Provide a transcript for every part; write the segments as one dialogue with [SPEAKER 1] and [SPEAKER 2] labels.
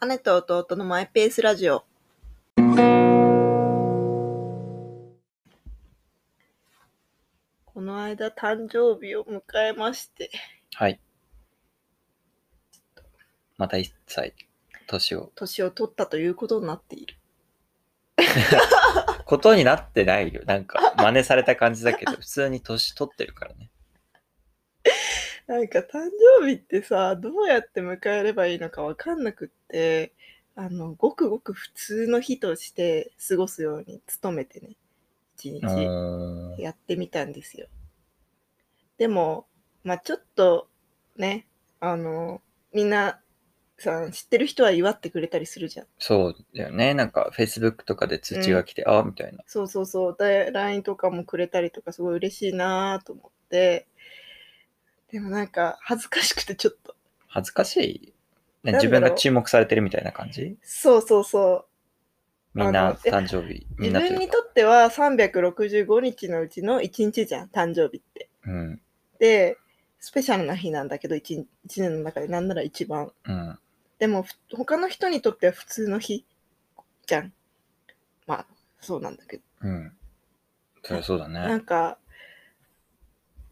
[SPEAKER 1] 姉と弟のマイペースラジオこの間誕生日を迎えまして
[SPEAKER 2] はい。また一歳、年を。
[SPEAKER 1] 年を取ったということになっている
[SPEAKER 2] ことになってないよ。なんか、真似された感じだ けど、普通に年取ってるからね。
[SPEAKER 1] なんか誕生日ってさどうやって迎えればいいのかわかんなくってあのごくごく普通の日として過ごすように努めてね 一日
[SPEAKER 2] うーん。
[SPEAKER 1] やってみたんですよ。でも、まあ、ちょっとね、あの、みんなさ、知ってる人は祝ってくれたりするじゃん。
[SPEAKER 2] そうだよね。なんか、Facebook とかで通知が来て、あみたいな。
[SPEAKER 1] そうそうそう。で、LINE とかもくれたりとか、すごい嬉しいなと思って。でもなんか、恥ずかしくてちょっと。
[SPEAKER 2] 恥ずかしい、ね。
[SPEAKER 1] なんだろう
[SPEAKER 2] 自分が注目されてるみたいな感じ
[SPEAKER 1] そうそうそう。
[SPEAKER 2] みん
[SPEAKER 1] あ
[SPEAKER 2] な
[SPEAKER 1] のいや
[SPEAKER 2] 誕生日。み
[SPEAKER 1] 自
[SPEAKER 2] んな
[SPEAKER 1] 分
[SPEAKER 2] い
[SPEAKER 1] に
[SPEAKER 2] う
[SPEAKER 1] と
[SPEAKER 2] か
[SPEAKER 1] っては365日のうちの1日じゃん、誕生日って。
[SPEAKER 2] うん。
[SPEAKER 1] で、スペシャルな日なんだけど、1, 1年の中でなんなら一番。
[SPEAKER 2] うん。
[SPEAKER 1] でもふ他の人にとっては普通の日じゃん。まあそうなんだけど。
[SPEAKER 2] うん。そりゃそうだ
[SPEAKER 1] な
[SPEAKER 2] ね。
[SPEAKER 1] んか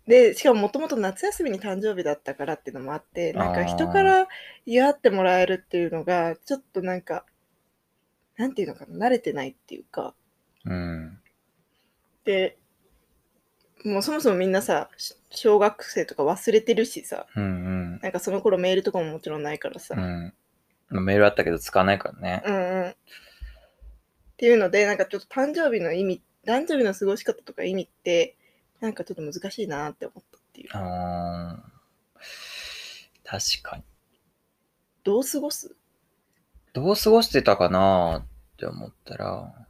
[SPEAKER 1] でしかももともと夏休みに誕生日だったからっていうのもあってなんか
[SPEAKER 2] あー
[SPEAKER 1] 人から祝ってもらえるっていうのがちょっとなんかなんていうのかな慣れてないっていうか
[SPEAKER 2] うん。
[SPEAKER 1] でもうそもそもみんなさし小学生とか忘れてるしさ
[SPEAKER 2] うん
[SPEAKER 1] なんかその頃メールとかももちろんないからさ、
[SPEAKER 2] うん。うん。まあメールあったけど使わないからね。
[SPEAKER 1] うんうん。っていうので、なんかちょっと誕生日の意味、誕生日の過ごし方とか意味って、なんかちょっと難しいなって思ったっていう。
[SPEAKER 2] あー確かに。
[SPEAKER 1] どう過ごす
[SPEAKER 2] どう過ごしてたかなって思ったら、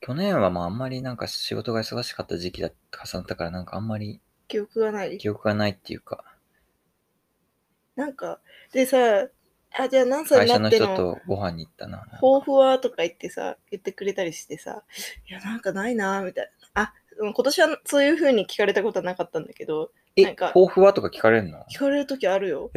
[SPEAKER 2] 去年はまああんまりなんか仕事が忙しかった時期だ重なったからなんかあんまり
[SPEAKER 1] 記憶がない。
[SPEAKER 2] 記憶がないっていうか、
[SPEAKER 1] なんか、でさ、あ、じゃあ何歳
[SPEAKER 2] 会
[SPEAKER 1] に
[SPEAKER 2] 社
[SPEAKER 1] な
[SPEAKER 2] の
[SPEAKER 1] って
[SPEAKER 2] 人
[SPEAKER 1] の
[SPEAKER 2] とご飯に行ったな。
[SPEAKER 1] 抱負はとか言ってさ、言ってくれたりしてさ、いや、なんかないなみたいな。あ、うん今年はそういう風に聞かれたことはなかったんだけど、
[SPEAKER 2] え、
[SPEAKER 1] なんか
[SPEAKER 2] 抱負はとか聞かれるの
[SPEAKER 1] 聞かれる時あるよ。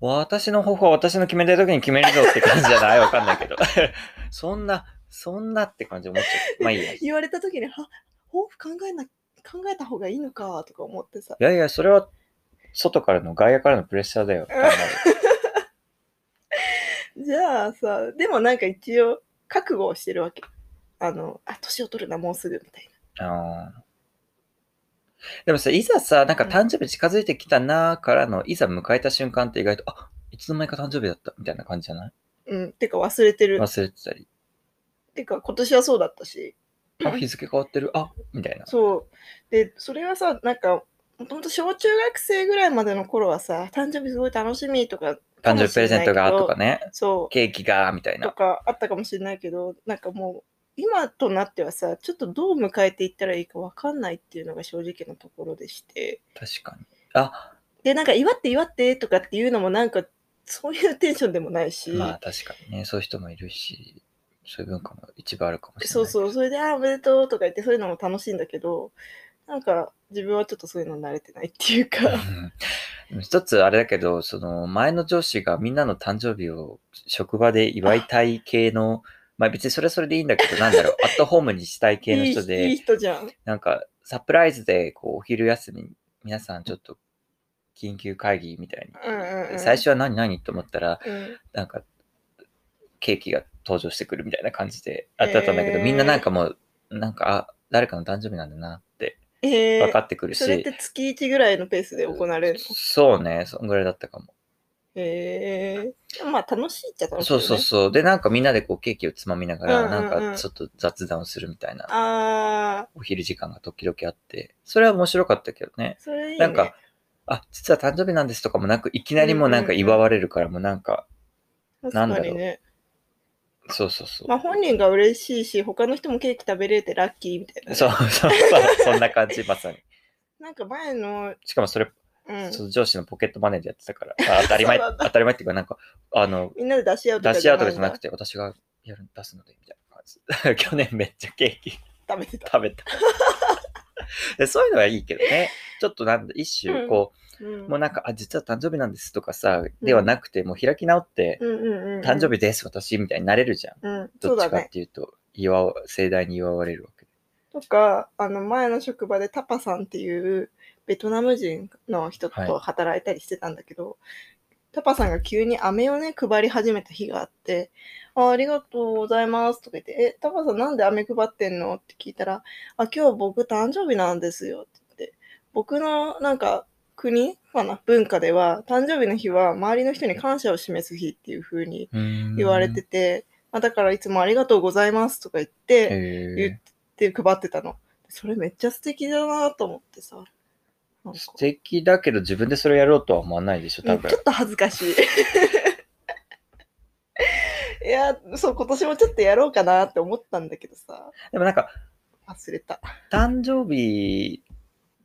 [SPEAKER 2] 私の抱負は私の決めたい時に決めるぞって感じじゃないわかんないけど。 そんな、そんなって感じ思っちゃう。まあいいや。い
[SPEAKER 1] 言われた時に、は、抱負考えな、考えた方がいいのかとか思ってさ。
[SPEAKER 2] やいや、それは外からの、外野からのプレッシャーだよ。って思う
[SPEAKER 1] じゃあさ、でもなんか一応、覚悟をしてるわけ。あの、あ、年を取るな、もうすぐみたい
[SPEAKER 2] ああ。でもさ、いざさ、なんか
[SPEAKER 1] うん
[SPEAKER 2] 誕生日近づいてきたなーからの、いざ迎えた瞬間って意外と、あいつの間にか誕生日だったみたいな感じじゃない
[SPEAKER 1] な。うん、てか忘れてる。
[SPEAKER 2] 忘れてたり、
[SPEAKER 1] てか今年はそうだったし。
[SPEAKER 2] あ、日付変わってる、あみたいな。
[SPEAKER 1] そう。で、それはさ、なんか、もともと小中学生ぐらいまでの頃はさ、誕生日すごい楽しみとか、
[SPEAKER 2] 誕生日プレゼント
[SPEAKER 1] かもしれないけ
[SPEAKER 2] が
[SPEAKER 1] ど
[SPEAKER 2] とかね、
[SPEAKER 1] そ、
[SPEAKER 2] ケーキがみたいう
[SPEAKER 1] と
[SPEAKER 2] な。
[SPEAKER 1] かあったかもしれないけど、なんかもう、今となってはさ、ちょっとどう迎えていったらいいかわかんないっていうのが正直なところでして。
[SPEAKER 2] 確かに。あ、
[SPEAKER 1] で、なんか、祝って祝ってとかっていうのも、なんか、そういうテンションでもないし、
[SPEAKER 2] まあ確かにね、そういう人もいるし、そういう文化も一部あるかもしれない。
[SPEAKER 1] そうそう、それで、あーおめでとうとか言って、そういうのも楽しいんだけど、なんか、自分はちょっとそういうの慣れてないっていうか、
[SPEAKER 2] うん一つあれだけど、その前の上司がみんなの誕生日を職場で祝いたい系の、まあ別にそれはそれでいいんだけど、なんだろう、アットホームにしたい系の
[SPEAKER 1] いい
[SPEAKER 2] 人で、
[SPEAKER 1] いい人じゃん。
[SPEAKER 2] なんかサプライズでこうお昼休み、皆さんちょっと緊急会議みたい
[SPEAKER 1] うんうんう
[SPEAKER 2] に、
[SPEAKER 1] ん
[SPEAKER 2] 最初は何何と思ったら、
[SPEAKER 1] うん、
[SPEAKER 2] なんかケーキが登場してくるみたいな感じであったんだけど、みんななんかもう、なんか、あ、誰かの誕生日なんだなって
[SPEAKER 1] え
[SPEAKER 2] 分か
[SPEAKER 1] ー、
[SPEAKER 2] ってくるし、
[SPEAKER 1] それって月1ぐらいのペースで行われるの。
[SPEAKER 2] そうね、そんぐらいだったかも。
[SPEAKER 1] えー、まあ、楽しいっちゃ楽しい、
[SPEAKER 2] そ
[SPEAKER 1] ね。
[SPEAKER 2] うそうそう。で、なんかみんなでこうケーキをつまみながら、
[SPEAKER 1] うんうんうん
[SPEAKER 2] なんかちょっと雑談をするみたいな、
[SPEAKER 1] あ
[SPEAKER 2] お昼時間が時々あって、それは面白かったけどね
[SPEAKER 1] ー、。それいい、ね。
[SPEAKER 2] なんか、あ、実は誕生日なんですとかもなく、いきなりもうなんか祝われるから、もうなんか、
[SPEAKER 1] 確
[SPEAKER 2] なん
[SPEAKER 1] か
[SPEAKER 2] だろう
[SPEAKER 1] にね。
[SPEAKER 2] そうそうそう。
[SPEAKER 1] まあ、本人が嬉しいし、他の人もケーキ食べれてラッキーみたいなね、
[SPEAKER 2] そうそうそう、そんな感じ、まさに。
[SPEAKER 1] なんか前の、
[SPEAKER 2] しかもそれ、
[SPEAKER 1] うん、
[SPEAKER 2] その上司のポケットマネーでやってたから、あ当たり前、
[SPEAKER 1] そうなんだ
[SPEAKER 2] 当たり前っていうか、なんか、あの、
[SPEAKER 1] みんなで出し合うと
[SPEAKER 2] 出
[SPEAKER 1] か
[SPEAKER 2] し合うとかじゃなく
[SPEAKER 1] て
[SPEAKER 2] て、私がやる出すので、みたいな感じ。去 年めっちゃケーキ
[SPEAKER 1] 食べてた。
[SPEAKER 2] 食べたでそういうのはいいけどねちょっとなんだ一
[SPEAKER 1] う
[SPEAKER 2] 種
[SPEAKER 1] ん
[SPEAKER 2] こう、
[SPEAKER 1] うん
[SPEAKER 2] もうなんか、あ、実は誕生日なんですとかさ、ではなくて、もう開き直って、
[SPEAKER 1] うんうんうん、
[SPEAKER 2] 誕生日です、私、みたいになれるじゃん。
[SPEAKER 1] うん、そ
[SPEAKER 2] ど
[SPEAKER 1] う
[SPEAKER 2] っち
[SPEAKER 1] だ
[SPEAKER 2] かっ
[SPEAKER 1] ね。
[SPEAKER 2] ていうと、祝わ盛大に祝われるわけ。
[SPEAKER 1] とか、あの前の職場でタパさんっていうベトナム人の人と働いたりしてたんだけど、タパさんが急に飴をね、配り始めた日があって、あありがとうございますとか言って、え、タパさんなんで飴配ってんのって聞いたら、あ、今日僕誕生日なんですよって言って、僕のなんか国かな文化では、誕生日の日は周りの人に感謝を示す日っていう風に言われてて、まあ、だからいつもありがとうございますとか言って、
[SPEAKER 2] へ
[SPEAKER 1] 言
[SPEAKER 2] ー
[SPEAKER 1] って配ってたの。それめっちゃ素敵だなと思ってさ。なんか
[SPEAKER 2] 素敵だけど自分でそれやろうとは思わないでしょ、
[SPEAKER 1] う
[SPEAKER 2] 多
[SPEAKER 1] ん
[SPEAKER 2] 分
[SPEAKER 1] ちょ。っと恥ずかしい。 いや、そう、今年もちょっとやろうかなって思ったんだけどさ、
[SPEAKER 2] でもなんか、
[SPEAKER 1] 忘れた。
[SPEAKER 2] 誕生日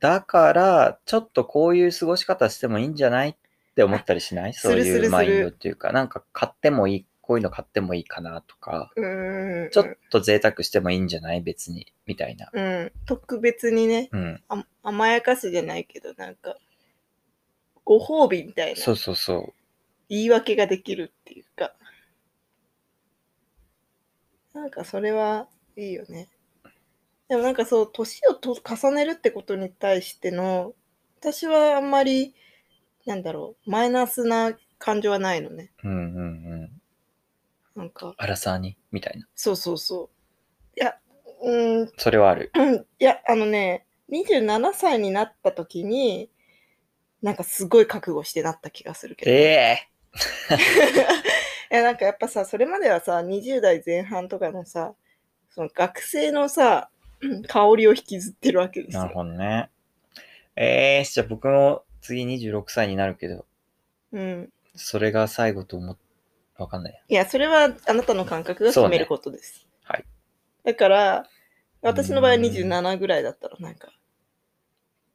[SPEAKER 2] だから、ちょっとこういう過ごし方してもいいんじゃないって思ったりしない
[SPEAKER 1] す
[SPEAKER 2] そう
[SPEAKER 1] るする
[SPEAKER 2] い
[SPEAKER 1] する
[SPEAKER 2] うマインドっていうか、なんか買ってもいい、こういうの買ってもいいかなとか、
[SPEAKER 1] うーん。
[SPEAKER 2] ちょっと贅沢してもいいんじゃない別に、みたいな。
[SPEAKER 1] うん、特別にね
[SPEAKER 2] うん。
[SPEAKER 1] あ、甘やかしじゃないけど、なんか、ご褒美みたいな
[SPEAKER 2] そうそうそう。
[SPEAKER 1] 言い訳ができるっていうか、なんかそれはいいよね。でもなんかそう、年をと重ねるってことに対しての、私はあんまり、なんだろう、マイナスな感情はないのね。
[SPEAKER 2] うんうんうん。
[SPEAKER 1] なんか、
[SPEAKER 2] アラサーにみたいな。
[SPEAKER 1] そうそうそう。いや、うーん、
[SPEAKER 2] それはあ る。
[SPEAKER 1] うんいや、あのね、27歳になった時に、なんかすごい覚悟してなった気がするけど。
[SPEAKER 2] ええ
[SPEAKER 1] いやなんかやっぱさそれまではさ20代前半とかのさその学生のさ うん香りを引きずってるわけです
[SPEAKER 2] なる
[SPEAKER 1] よ。
[SPEAKER 2] ほどね。ええじゃあ僕も次26歳になるけど、
[SPEAKER 1] うん、
[SPEAKER 2] それが最後と思っ、わかんないや。
[SPEAKER 1] いやそれはあなたの感覚が決めることです。
[SPEAKER 2] はい
[SPEAKER 1] だから私の場合は
[SPEAKER 2] うん
[SPEAKER 1] 27ぐらいだったらなんか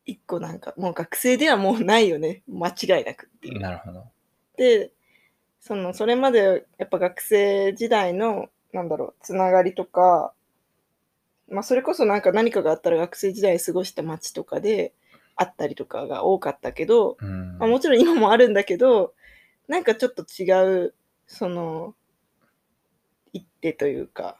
[SPEAKER 1] 一個なんかもう学生ではもうないよね間違いなくっていう。
[SPEAKER 2] なるほど。
[SPEAKER 1] でそのそれまでやっぱ学生時代のなんだろうつながりとか、まあ、それこそなんか何かがあったら学生時代過ごした街とかであったりとかが多かったけど、
[SPEAKER 2] うん。
[SPEAKER 1] まあ、もちろん今もあるんだけどなんかちょっと違うその一手というか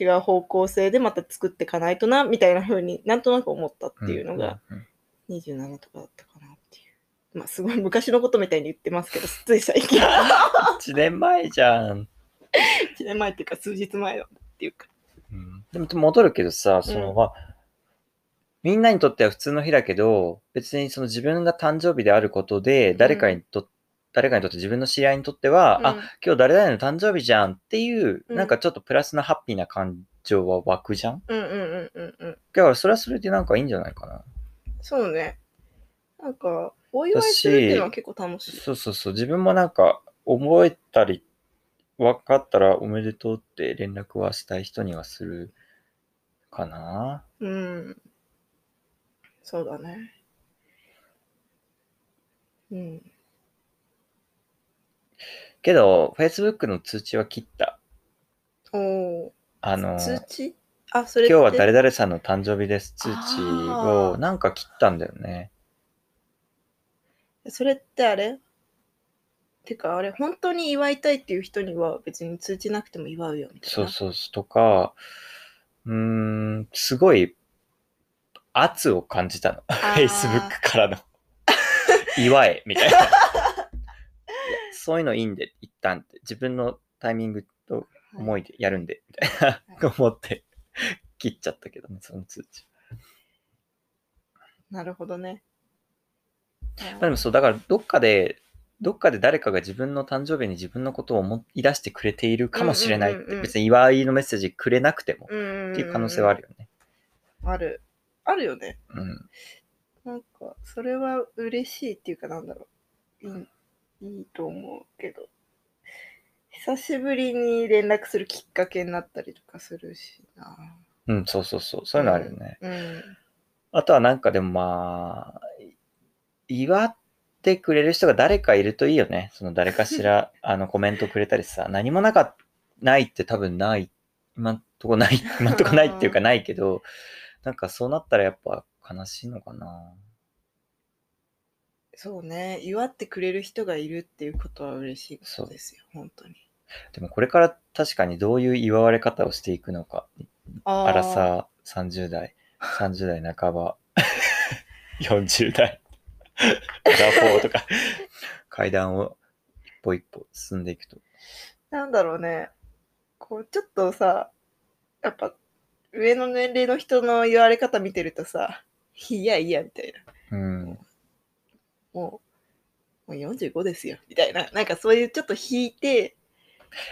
[SPEAKER 1] 違う方向性でまた作っていかないとなみたいな風になんとなく思ったっていうのが
[SPEAKER 2] ん。うん
[SPEAKER 1] 27とかだったかなっていう。まあすごい昔のことみたいに言ってますけど、つい 最近。
[SPEAKER 2] 1年前じゃん。
[SPEAKER 1] 1年前っていうか数日前のっていうか。
[SPEAKER 2] うん、でも戻るけどさ、その、
[SPEAKER 1] うん
[SPEAKER 2] まあみんなにとっては普通の日だけど、別にその自分が誕生日であることで、誰かにと、誰かにとって自分の知り合いにとっては、あ、今日誰々の誕生日じゃんっていう、
[SPEAKER 1] うん
[SPEAKER 2] なんかちょっとプラスなハッピーな感情は湧くじゃん
[SPEAKER 1] うん、うんうんうんうんうん。
[SPEAKER 2] だからそれはそれでなんかいいんじゃないかな。
[SPEAKER 1] そうね。なんか、お祝いするっていうのは結構楽しい。
[SPEAKER 2] そうそうそう、自分もなんか覚えたり、分かったらおめでとうって連絡はしたい人にはするかな。
[SPEAKER 1] うん。そうだね。うん。
[SPEAKER 2] けど、Facebook の通知は切った。
[SPEAKER 1] お
[SPEAKER 2] あ
[SPEAKER 1] お。
[SPEAKER 2] の、
[SPEAKER 1] 通
[SPEAKER 2] 今
[SPEAKER 1] 知あ、それ
[SPEAKER 2] 日は誰
[SPEAKER 1] だ
[SPEAKER 2] 々さんの誕生日です通知
[SPEAKER 1] あ
[SPEAKER 2] を
[SPEAKER 1] ー
[SPEAKER 2] なんか切ったんだよね。
[SPEAKER 1] それってあれてか、あれ、本当に祝いたいっていう人には別に通知なくても祝うよみたいな。
[SPEAKER 2] そうそうそう。とか、うーん、すごい圧を感じたの。
[SPEAKER 1] あー
[SPEAKER 2] Facebook か らの。祝えみたいな。いやそういうのいいんで、一旦って。自分のタイミングと思いでやるんで、みたいな、思って切っちゃったけどね、その通知。
[SPEAKER 1] なるほどね。
[SPEAKER 2] まあでもそう、だからどっかで、どっかで誰かが自分の誕生日に自分のことを思い出してくれているかもしれないっ
[SPEAKER 1] うんうんうん
[SPEAKER 2] て、
[SPEAKER 1] うん
[SPEAKER 2] 別に祝いのメッセージくれなくても
[SPEAKER 1] うん
[SPEAKER 2] っていう可能性はあるよね。
[SPEAKER 1] ある。あるよね。
[SPEAKER 2] うん。
[SPEAKER 1] なんか、それは嬉しいっていうか、なんだろう。いい、いいと思うけど。久しぶりに連絡するきっかけになったりとかするしな。
[SPEAKER 2] うん、そうそうそう。そういうのあるよね。
[SPEAKER 1] うん。
[SPEAKER 2] あとはなんかでもまあ、い祝ってくれる人が誰かいるといいよね。その誰か しら、あの、コメントくれたりさ、何もなかっ、ないって多分ない、今んとこない、今んとこないっていうかないけど、なんかそうなったらやっぱ悲しいのかな。
[SPEAKER 1] そうね祝ってくれる人がいるっていうことは嬉しいことですよ本当に
[SPEAKER 2] でもこれから確かにどういう祝われ方をしていくのか。
[SPEAKER 1] あ
[SPEAKER 2] アラ
[SPEAKER 1] ー
[SPEAKER 2] サー30代、30代 半ば、40代、アラフォーとか、階段を一歩一歩進んでいくと。
[SPEAKER 1] なんだろうねこうちょっとさやっぱ上の年齢の人の言われ方見てるとさいやいやみたいな
[SPEAKER 2] うん。
[SPEAKER 1] もうもう45ですよみたいななんかそういうちょっと引いて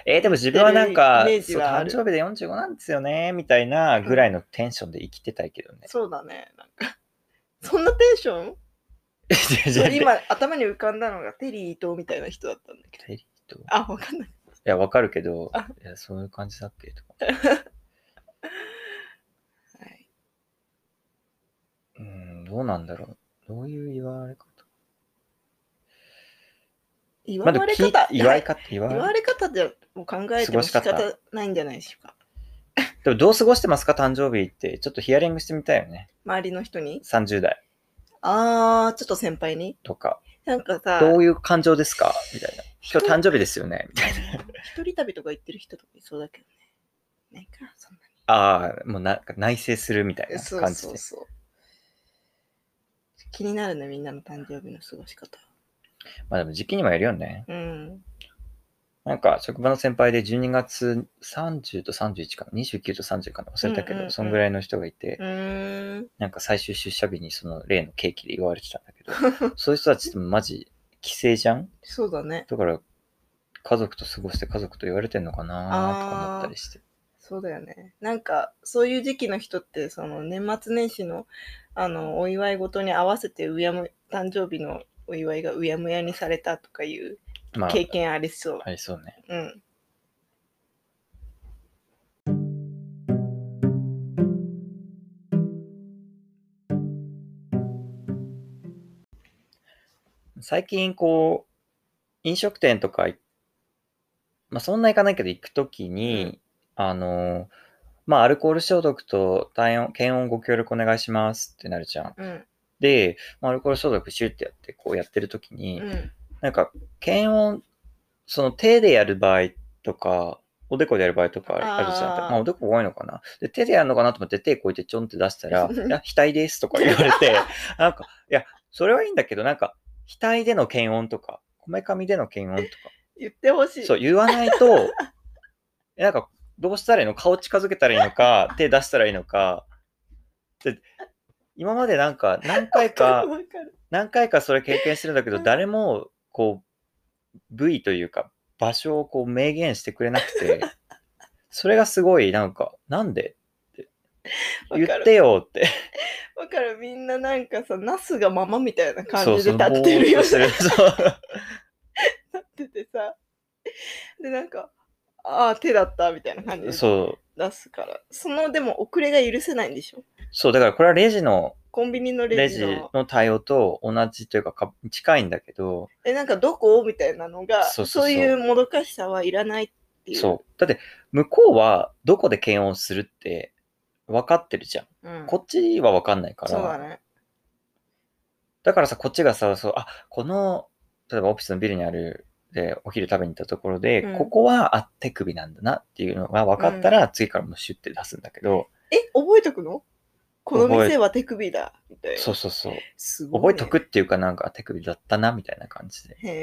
[SPEAKER 2] えーでも自分はなん
[SPEAKER 1] イ
[SPEAKER 2] か、そう
[SPEAKER 1] メージはあ
[SPEAKER 2] 誕
[SPEAKER 1] る
[SPEAKER 2] 生日で45なんですよね、みたいなぐらいのテンションで生きてたいけどね。
[SPEAKER 1] そうだねなんかそんなテンション
[SPEAKER 2] じゃあ
[SPEAKER 1] 今頭に浮かんだのがテリー伊藤みたいな人だったんだけど
[SPEAKER 2] テリーと。い
[SPEAKER 1] あわかんない
[SPEAKER 2] や、わかるけど
[SPEAKER 1] あ、
[SPEAKER 2] いやそういう感じだっけとか。
[SPEAKER 1] はい
[SPEAKER 2] うん、どうなんだろう。どういう祝われ方
[SPEAKER 1] 言
[SPEAKER 2] ま
[SPEAKER 1] わ
[SPEAKER 2] あでも
[SPEAKER 1] れ
[SPEAKER 2] き
[SPEAKER 1] 方、
[SPEAKER 2] 祝い方、祝
[SPEAKER 1] 言
[SPEAKER 2] わ
[SPEAKER 1] わ
[SPEAKER 2] れ
[SPEAKER 1] れ方じゃもう考えても仕
[SPEAKER 2] 過ごし
[SPEAKER 1] 方ないんじゃないでしょうか。
[SPEAKER 2] でもどう過ごしてますか、誕生日って。ちょっとヒアリングしてみたいよね。
[SPEAKER 1] 周りの人に。
[SPEAKER 2] 30代
[SPEAKER 1] あー、ちょっと先輩に。
[SPEAKER 2] とか。
[SPEAKER 1] なんかさ、
[SPEAKER 2] どういう感情ですかみたいな。
[SPEAKER 1] 人
[SPEAKER 2] 今日誕生日ですよねみたいな。
[SPEAKER 1] 一人旅とか行ってる人とかいそうだけどね。ないか、そんな
[SPEAKER 2] ああ、もうなんか内省するみたい
[SPEAKER 1] に。
[SPEAKER 2] な
[SPEAKER 1] そう
[SPEAKER 2] 感じ
[SPEAKER 1] そ
[SPEAKER 2] で
[SPEAKER 1] う。そう。気になるね、みんなの誕生日の過ごし方。
[SPEAKER 2] まあでも時期にもよるよね。
[SPEAKER 1] うん。
[SPEAKER 2] なんか職場の先輩で12月30と31かな、29と30かな、忘れたけ
[SPEAKER 1] うんうんう
[SPEAKER 2] ど、
[SPEAKER 1] ん
[SPEAKER 2] そんぐらいの人がいて
[SPEAKER 1] う、ーん。
[SPEAKER 2] なんか最終出社日にその例のケーキで祝われてたんだけ ど、そういう人たちってマジ帰省じゃん
[SPEAKER 1] そうだね。
[SPEAKER 2] だから家族と過ごして家族と言われてんのかなーとか思ったりして。
[SPEAKER 1] そうだよね。なんか、そういう時期の人って、その年末年始の、あの、お祝いごとに合わせて、うやむ、誕生日のお祝いがうやむやにされたとかいう
[SPEAKER 2] まあ、
[SPEAKER 1] 経験ありそう。
[SPEAKER 2] ありそうね。
[SPEAKER 1] うん。
[SPEAKER 2] 最近こう飲食店とかい、まあ、そんな行かないけど行くときに、あのまあアルコール消毒と体温検温ご協力お願いしますってなるじゃん。
[SPEAKER 1] うん。
[SPEAKER 2] で、まあ、アルコール消毒シュッてやってこうやってるときに、
[SPEAKER 1] うん。
[SPEAKER 2] なんか検温その手でやる場合とかおでこでやる場合とかあるじゃん
[SPEAKER 1] あー
[SPEAKER 2] まあおでこ多いのかなで手でやるのかなと思って手こうやってちょんって出したら「いや額です」とか言われ てなんかいやそれはいいんだけどなんか額での検温とかこめかみでの検温と
[SPEAKER 1] 言ってほし
[SPEAKER 2] か
[SPEAKER 1] い。
[SPEAKER 2] そう言わない とえなんかどうしたらいいの顔近づけたらいいのか手出したらいいのかで今までなんか何 回か
[SPEAKER 1] わかる。
[SPEAKER 2] 何回かそれ経験してるんだけ
[SPEAKER 1] う
[SPEAKER 2] ど、
[SPEAKER 1] ん
[SPEAKER 2] 誰も、こう、部位というか、場所をこう明言してくれなく て、それがすごい、なんか、なんで
[SPEAKER 1] わ
[SPEAKER 2] 言
[SPEAKER 1] か
[SPEAKER 2] っ
[SPEAKER 1] る。
[SPEAKER 2] てよって。
[SPEAKER 1] わかる。みんななんかさ、ナスがままみたいな
[SPEAKER 2] そ
[SPEAKER 1] 感
[SPEAKER 2] う
[SPEAKER 1] じで
[SPEAKER 2] そう
[SPEAKER 1] 立ってるよ
[SPEAKER 2] ぼーっとしてるそう
[SPEAKER 1] 立っててさ。で、なんか、ああ、手だったみたいな感じで
[SPEAKER 2] そう。
[SPEAKER 1] 出すから。その、でも遅れが許せないんでしょ
[SPEAKER 2] そう、だからこれはレジの、
[SPEAKER 1] コンビニのレ
[SPEAKER 2] レ
[SPEAKER 1] ジ
[SPEAKER 2] ジ
[SPEAKER 1] の。
[SPEAKER 2] の対応と同じというかか、近いんだけど、
[SPEAKER 1] え、なんかどこみたいなのが、そ
[SPEAKER 2] そううそうそう
[SPEAKER 1] いうもどかしさはいらないっていう。
[SPEAKER 2] そう。だって、向こうはどこで検温するって分かってるじゃん。
[SPEAKER 1] う。ん、
[SPEAKER 2] こっちは分かんないから。
[SPEAKER 1] そうだね。
[SPEAKER 2] だからさ、こっちがさ、そう、あ、この、例えばオフィスのビルにある、で、お昼食べに行ったところで、
[SPEAKER 1] うん
[SPEAKER 2] ここは、あ、手首なんだなっていうのが分かったら、次からもうシュッて出すんだけど、
[SPEAKER 1] え、覚えとくのこの
[SPEAKER 2] 覚え
[SPEAKER 1] 店は手首だ。みたいな。
[SPEAKER 2] そうそうそう。
[SPEAKER 1] すごいね
[SPEAKER 2] 覚えとくっていうかなんか、手首だったな、みたいな感じで。
[SPEAKER 1] へ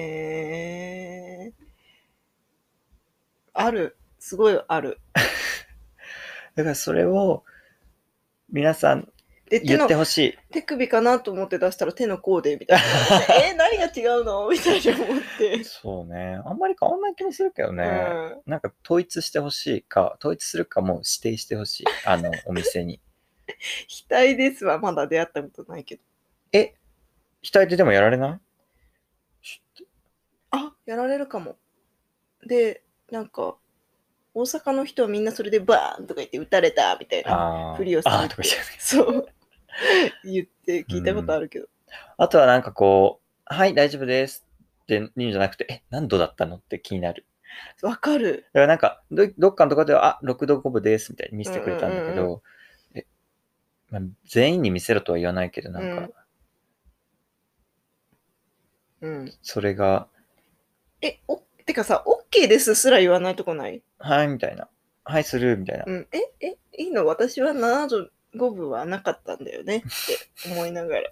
[SPEAKER 1] え。ある。すごいある。
[SPEAKER 2] だからそれを、皆さん、
[SPEAKER 1] で、手
[SPEAKER 2] 言
[SPEAKER 1] の
[SPEAKER 2] ってほしい。
[SPEAKER 1] 手首かなと思って出したら手の甲でみたいな。 えー、何が違うの みたいに思って。
[SPEAKER 2] そうね。あんまり変わんない気もするけど
[SPEAKER 1] う
[SPEAKER 2] ね。
[SPEAKER 1] ん、
[SPEAKER 2] なんか、統一してほしいか、統一するかもう指定してほしい。あの、お店に。
[SPEAKER 1] 額ですはまだ出会ったことないけど。
[SPEAKER 2] え、額ででもやられない
[SPEAKER 1] あやられるかも。で、なんか、大阪の人はみんなそれでバーンとか言って撃たれたみたいな。
[SPEAKER 2] ああ。
[SPEAKER 1] ふりをする
[SPEAKER 2] あーとか言っちゃう
[SPEAKER 1] そう。言って聞いたことあるけど。
[SPEAKER 2] あとはなんかこう、はい、大丈夫ですって言うんじゃなくて、え、何度だったのって気になる。
[SPEAKER 1] わ、かる
[SPEAKER 2] だ。からなんか、どどっかのところでは、あ、6度5分ですみたいに見せてくれたんだ
[SPEAKER 1] う
[SPEAKER 2] け
[SPEAKER 1] んうんう
[SPEAKER 2] ど、えまあ全員に見せろとは言わないけど、なんか、
[SPEAKER 1] うんうん。
[SPEAKER 2] それが、
[SPEAKER 1] え、お、てかさ、OK ですすら言わないとこない
[SPEAKER 2] はい、みたいな。はい、する、みたいな
[SPEAKER 1] う。ん。え、え、いいの私は75分はなかったんだよねって思いながら。